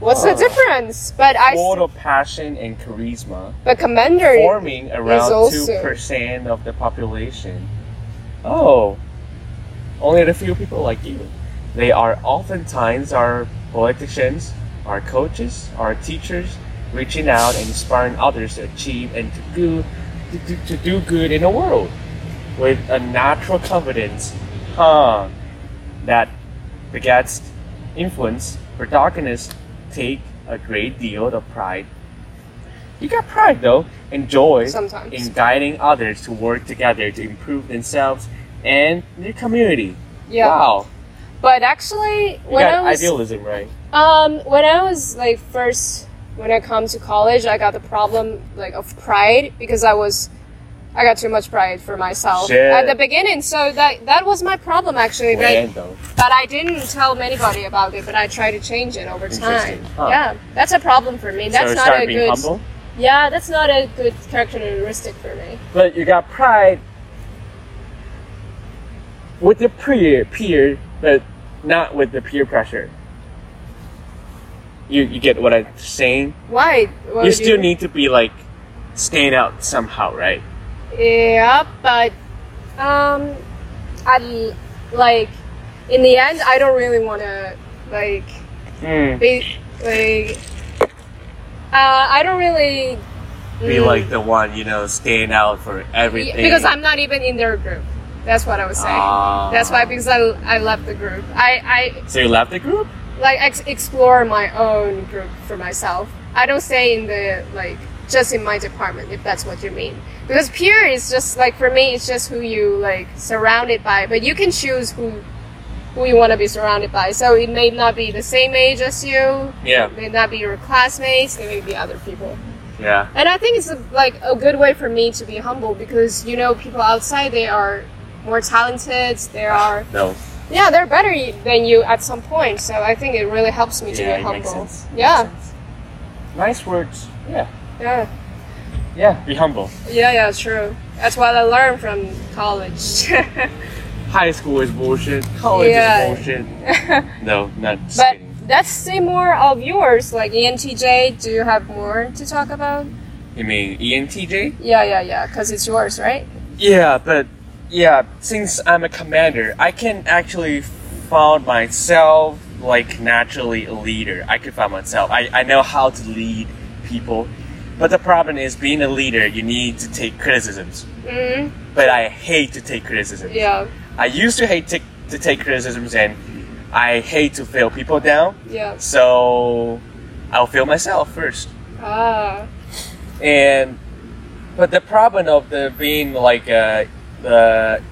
S2: what's
S1: Oh.
S2: the difference? But I.
S1: full of passion and charisma.
S2: But commander.
S1: forming around two
S2: also-
S1: percent of the population. Oh, only a few people like you. They are oftentimes our politicians, our coaches, our teachers, reaching out and inspiring others to achieve and to do to, do- to do good in the world with a natural confidence, huh? That begets influence. Protagonists take a great deal of pride. You got pride though, and joy
S2: Sometimes.
S1: in guiding others to work together to improve themselves and their community.
S2: Yeah.
S1: Wow.
S2: But actually,
S1: You
S2: when
S1: got
S2: I was
S1: idealism, right?
S2: Um, when I was like first, when I come to college, I got the problem like of pride because I was, I got too much pride for myself
S1: Shit.
S2: at the beginning. So that that was my problem actually. But,
S1: Land, though.
S2: but I didn't tell anybody about it. But I tried to change it over time.
S1: Interesting. Huh.
S2: Yeah, that's a problem for me. That's
S1: so
S2: not
S1: start
S2: a
S1: being
S2: good.
S1: humble.
S2: Yeah, that's not a good characteristic for me.
S1: But you got pride with the peer, peer, but not with the peer pressure. You you get what I'm saying?
S2: Why? What
S1: you
S2: would
S1: still need to be like stand out somehow, right?
S2: Yeah, but um, I l- like in the end, I don't really want to like
S1: Mm.
S2: be like. Uh, I don't really
S1: Be
S2: mm,
S1: like the one you know, stand out for
S2: yeah,
S1: everything.
S2: because I'm not even in their group. That's what I was saying.
S1: Ah.
S2: That's why because I, I left the group. I,
S1: So you left the group?
S2: I like ex- explore my own group for myself. I don't stay in the like just in my department if that's what you mean. Because peer is just like for me, it's just who you like surrounded by. But you can choose who who you want to be surrounded by. So it may not be the same age as you.
S1: Yeah.
S2: It may not be your classmates. It may be other people.
S1: Yeah.
S2: And I think it's a, like a good way for me to be humble because you know people outside they are more talented. They are
S1: No.
S2: yeah, they're better y- than you at some point. So I think it really helps me to
S1: Yeah,
S2: be
S1: it
S2: humble.
S1: makes sense. Makes
S2: Yeah,
S1: sense. Nice words. Yeah.
S2: yeah,
S1: Yeah. Be humble.
S2: yeah, yeah. True. That's what I learned from college.
S1: High school is bullshit. College is
S2: Yeah.
S1: bullshit. No, not just
S2: but
S1: kidding.
S2: let's see more of yours, like E ENTJ. Do you have more to talk about?
S1: You mean E ENTJ?
S2: Yeah, yeah, yeah. Because it's yours, right?
S1: Yeah, but yeah, since I'm a commander, I can actually found myself like naturally a leader. I could find myself. I, I know how to lead people. But the problem is being a leader you need to take criticisms.
S2: Mm,
S1: But I hate to take criticisms.
S2: yeah,
S1: I used to hate to, to take criticisms and I hate to fail people down.
S2: yeah.
S1: So I'll fail myself first.
S2: Ah,
S1: and but the problem of the being like uh, the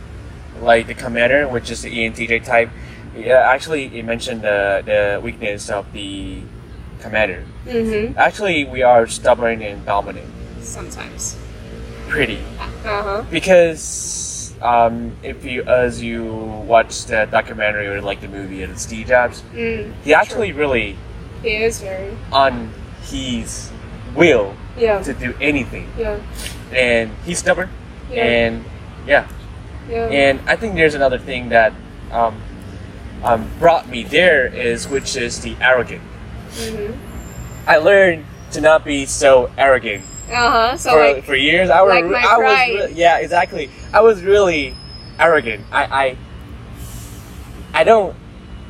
S1: like the commander, which is the ENTJ type, yeah, actually it mentioned the the weakness of the commander.
S2: mm-hmm.
S1: Actually, we are stubborn and dominant,
S2: Sometimes.
S1: pretty
S2: Uh huh.
S1: because um, if you as you watch the documentary or like the movie of Steve Jobs,
S2: Mm,
S1: he actually really
S2: he is very.
S1: on his will
S2: Yeah.
S1: to do anything,
S2: Yeah.
S1: and he's stubborn
S2: Yeah.
S1: and yeah.
S2: yeah.
S1: And I think there's another thing that um, um, brought me there is which is the arrogant.
S2: hmm
S1: I learned to not be so arrogant
S2: Uh huh. So
S1: for,
S2: like.
S1: for years. I, were-
S2: like my
S1: I was
S2: pride.
S1: re- yeah, exactly. I was really arrogant. I, I I don't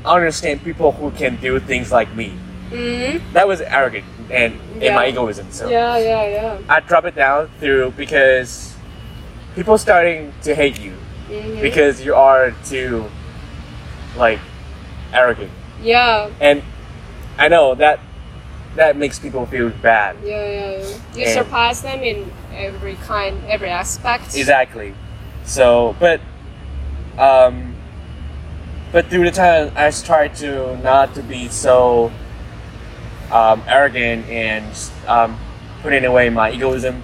S1: understand people who can do things like me.
S2: Mm,
S1: That was arrogant and in my
S2: Yeah.
S1: egoism. So
S2: yeah, yeah, yeah.
S1: I drop it down through because people starting to hate you
S2: Mhm.
S1: because you are too like arrogant
S2: yeah,
S1: and i know that that makes people feel bad
S2: yeah, yeah, yeah. You
S1: And-
S2: surpass them in every kind, every aspect.
S1: exactly so but um but through the time, I just tried to not to be so um, arrogant and um, putting away my egoism.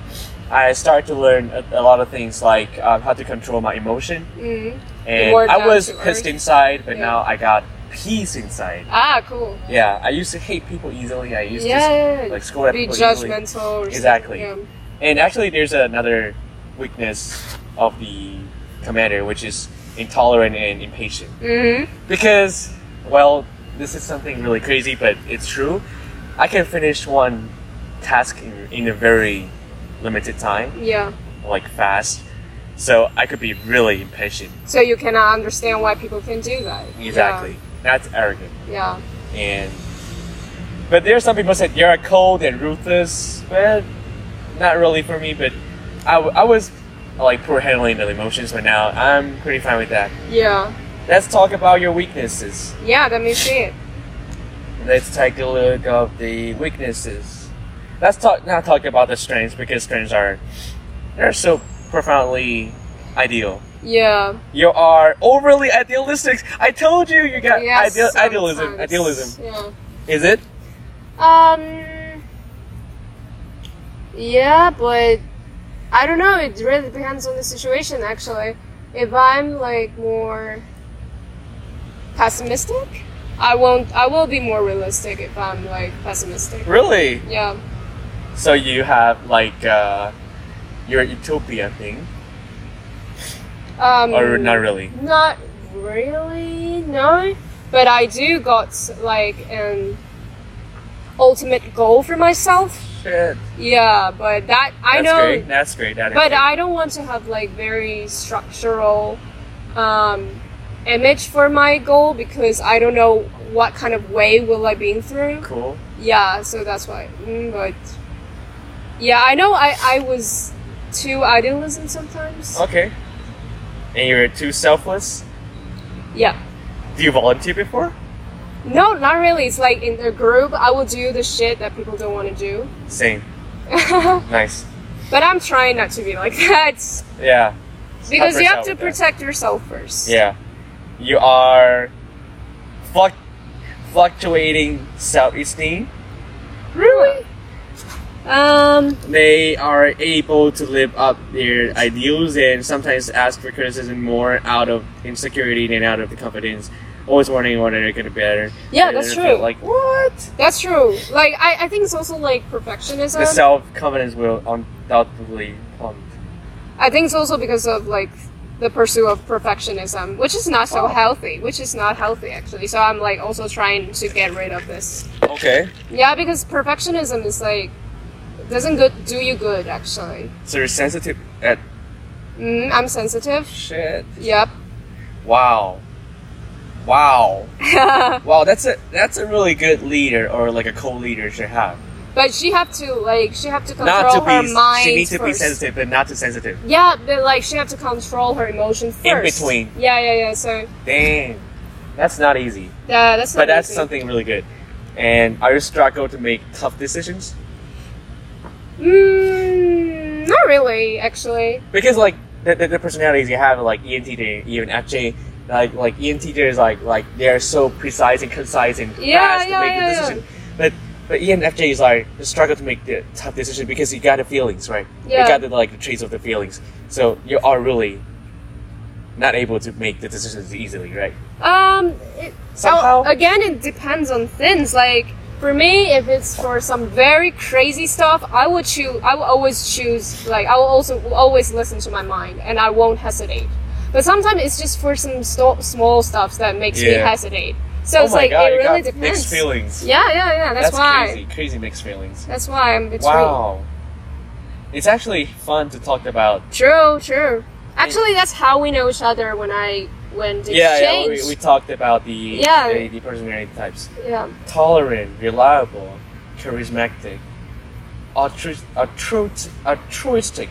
S1: I started to learn a, a lot of things like um, how to control my emotion.
S2: Mm.
S1: And
S2: More down
S1: I was
S2: to earth.
S1: pissed inside, but
S2: Yeah.
S1: now I got peace inside.
S2: Ah, cool.
S1: Yeah, I used to hate people easily. I used
S2: Yeah,
S1: to
S2: yeah, yeah.
S1: like scold at
S2: be
S1: people easily.
S2: judgmental. Or something,
S1: Exactly.
S2: Yeah.
S1: And actually, there's another weakness of the commander, which is intolerant and impatient.
S2: Mm-hmm.
S1: Because, well, this is something really crazy, but it's true. I can finish one task in, in a very limited time,
S2: Yeah.
S1: like fast. So I could be really impatient.
S2: So you cannot understand why people can do that. Yeah.
S1: Exactly. That's arrogant.
S2: Yeah.
S1: And but there are some people said you're cold and ruthless. Well, not really for me. But I, w- I was like poor handling the emotions, but now I'm pretty fine with that.
S2: Yeah. Yeah.
S1: Let's talk about your weaknesses.
S2: let me see it.
S1: Let's take a look of the weaknesses. Let's talk not talk about the strengths because strengths are they're so profoundly ideal.
S2: Yeah.
S1: You are overly idealistic. I told you you got
S2: Yes,
S1: ideal, idealism.
S2: sometimes.
S1: Idealism
S2: Yeah.
S1: is it?
S2: Um. Yeah, but I don't know. It really depends on the situation, actually. If I'm like more pessimistic, I won't. I will be more realistic if I'm like pessimistic.
S1: Really?
S2: Yeah.
S1: So you have like uh, your utopia thing,
S2: Um,
S1: or not really?
S2: Not really. No, but I do got like an ultimate goal for myself.
S1: Shit.
S2: Yeah, but that I
S1: That's
S2: know.
S1: Great. That's great. That is
S2: but
S1: great.
S2: I don't want to have like very structural um, image for my goal because I don't know what kind of way will I be through.
S1: cool.
S2: Yeah, so that's why. Mm, but yeah, I know I I was too idealism sometimes.
S1: Okay. And you're too selfless.
S2: Yeah.
S1: Do you volunteer before?
S2: No, not really. It's like in the group, I will do the shit that people don't want to do.
S1: Same.
S2: but
S1: Nice.
S2: I'm trying not to be like that
S1: Yeah.
S2: because you
S1: yourself
S2: have to
S1: with that.
S2: protect yourself first.
S1: Yeah. You are fluc- fluctuating self-esteem.
S2: Really? Um.
S1: They are able to live up their ideals and sometimes ask for criticism more out of insecurity than out of the confidence. Always wondering what they're gonna be better.
S2: Yeah,
S1: They
S2: that's
S1: don't feel
S2: true.
S1: Like what?
S2: That's true. Like I, I think it's also like perfectionism.
S1: The self confidence will undoubtedly pump.
S2: I think it's also because of like the pursuit of perfectionism, which is not so
S1: Oh.
S2: healthy. Which is not healthy actually. So I'm like also trying to get rid of this.
S1: Okay.
S2: Yeah, because perfectionism is like doesn't good do you good actually.
S1: So you're sensitive at
S2: Mm, I'm sensitive.
S1: shit.
S2: Yep.
S1: Wow. Wow. Wow, that's a that's a really good leader or like a co-leader should have.
S2: but she have to like she have to control
S1: Not to
S2: her
S1: be
S2: mind
S1: she needs to
S2: first.
S1: be sensitive, but not too sensitive.
S2: Yeah, but like she have to control her emotion first.
S1: In between.
S2: Yeah, yeah, yeah. So
S1: Damn, that's not easy.
S2: yeah, that's not
S1: But that's
S2: easy.
S1: something really good. And are you struggle to make tough decisions?
S2: Mm, not really, actually.
S1: Because like the, the, the personalities you have, like E ENTJ, even FJ, like like E ENTJ is like like they're so precise and concise and
S2: Yeah,
S1: fast
S2: yeah,
S1: to make
S2: yeah,
S1: the
S2: yeah.
S1: decision. But but E ENFJ is like the struggle to make the tough decision because you got the feelings, right?
S2: Yeah.
S1: You got the like the traits of the feelings. So you are really not able to make the decisions easily, right?
S2: Um, it,
S1: Somehow.
S2: well, again, it depends on things. Like for me, if it's for some very crazy stuff, I would choose. I will always choose. Like I will also will always listen to my mind, and I won't hesitate. But sometimes it's just for some sto- small stuff that makes me
S1: Yeah.
S2: hesitate. So
S1: oh
S2: it's
S1: my
S2: like
S1: god,
S2: it
S1: you
S2: really
S1: got mixed
S2: depends.
S1: feelings.
S2: Yeah, yeah, yeah. That's,
S1: That's
S2: why.
S1: crazy, crazy mixed feelings.
S2: That's why I'm between.
S1: Wow. It's actually fun to talk about.
S2: True, true. Actually, that's how we know each other when I went to
S1: Yeah, yeah
S2: exchange.
S1: we, we talked about the,
S2: Yeah.
S1: the the personality types:
S2: yeah.
S1: tolerant, reliable, charismatic, altruist, altruist, altruistic,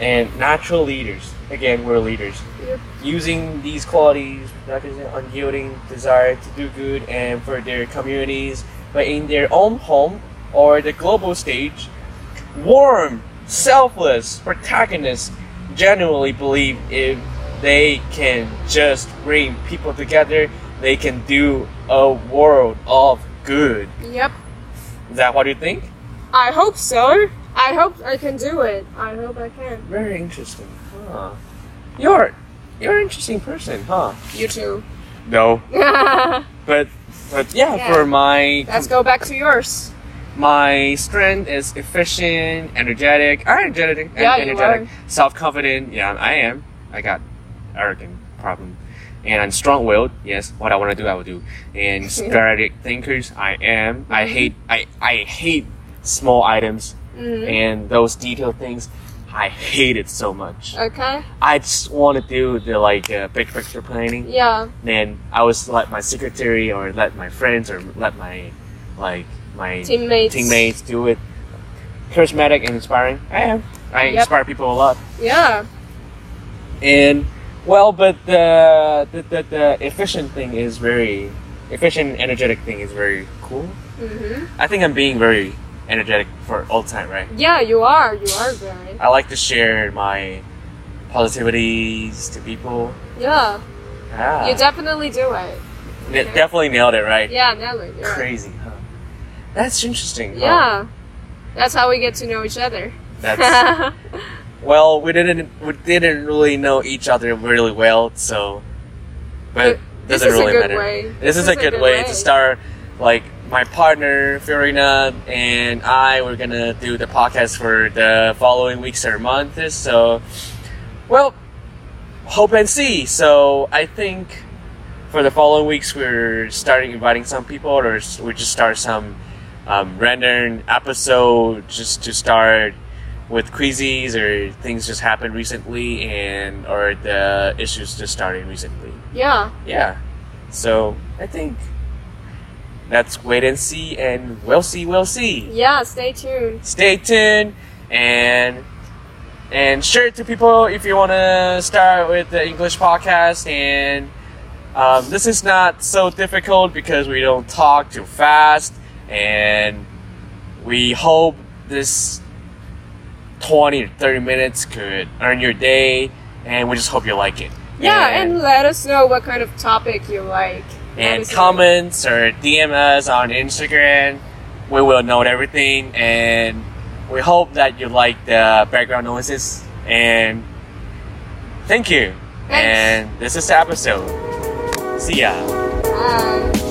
S1: and natural leaders. Again, we're leaders.
S2: Yep.
S1: Using these qualities, represent unyielding desire to do good and for their communities, but in their own home or the global stage, warm, selfless protagonists genuinely believe in they can just bring people together. They can do a world of good.
S2: Yep.
S1: Is that what you think?
S2: I hope so. I hope I can do it. I hope I can.
S1: Very interesting. Huh. You're you're an interesting person, huh?
S2: You too.
S1: No,
S2: Let's
S1: but but yeah,
S2: Yeah.
S1: for my
S2: go back to yours.
S1: my strength is efficient, energetic, I'm energetic,
S2: Yeah, you
S1: energetic, self confident. Yeah, I am. I got arrogant problem, and I'm strong willed. Yes, what I want to do, I will do. And strategic thinkers, I am. I
S2: Mm-hmm.
S1: hate I I hate small items
S2: Mm.
S1: and those detailed things. I hate it so much.
S2: Okay.
S1: I just want to do the like uh, big picture planning.
S2: Yeah.
S1: Then I was let my secretary or let my friends or let my like my
S2: Teammates.
S1: teammates do it. Charismatic and inspiring. I am. I
S2: Yep.
S1: inspire people a lot.
S2: Yeah.
S1: And well, but the the, the the efficient thing is very efficient, energetic thing is very cool.
S2: hmm
S1: I think I'm being very energetic for all time, right?
S2: Yeah, you are. You are very.
S1: I like to share my positivities to people.
S2: Yeah.
S1: Ah,
S2: You definitely do it.
S1: N- definitely nailed it, right?
S2: Yeah, Nelly. you're right.
S1: Crazy, huh? That's interesting. huh?
S2: Yeah. That's how we get to know each other.
S1: That's well, we didn't we didn't really know each other really well, so but
S2: Th- this
S1: doesn't
S2: is a
S1: really
S2: good
S1: matter.
S2: way.
S1: This, is, a good, way, to start. Like my partner Fiorina and I, we're gonna do the podcast for the following weeks or months. So, well, hope and see. So I think for the following weeks, we're starting inviting some people, or s- we just start some um, random episode just to start with quizzes or things just happened recently and or the issues just started recently.
S2: Yeah.
S1: Yeah. So I think let's wait and see, and we'll see, we'll see.
S2: Yeah, stay tuned.
S1: Stay tuned, and and share it to people if you want to start with the English podcast. And um, this is not so difficult because we don't talk too fast, and we hope this. 20 or 30 minutes could earn your day, and we just hope you like it.
S2: Yeah, and let us know what kind of topic you like. Let
S1: and
S2: us know.
S1: comments or DM us on Instagram. We will note everything, and we hope that you like the background noises. And thank you.
S2: Thanks.
S1: And this is the episode. See ya.
S2: Bye.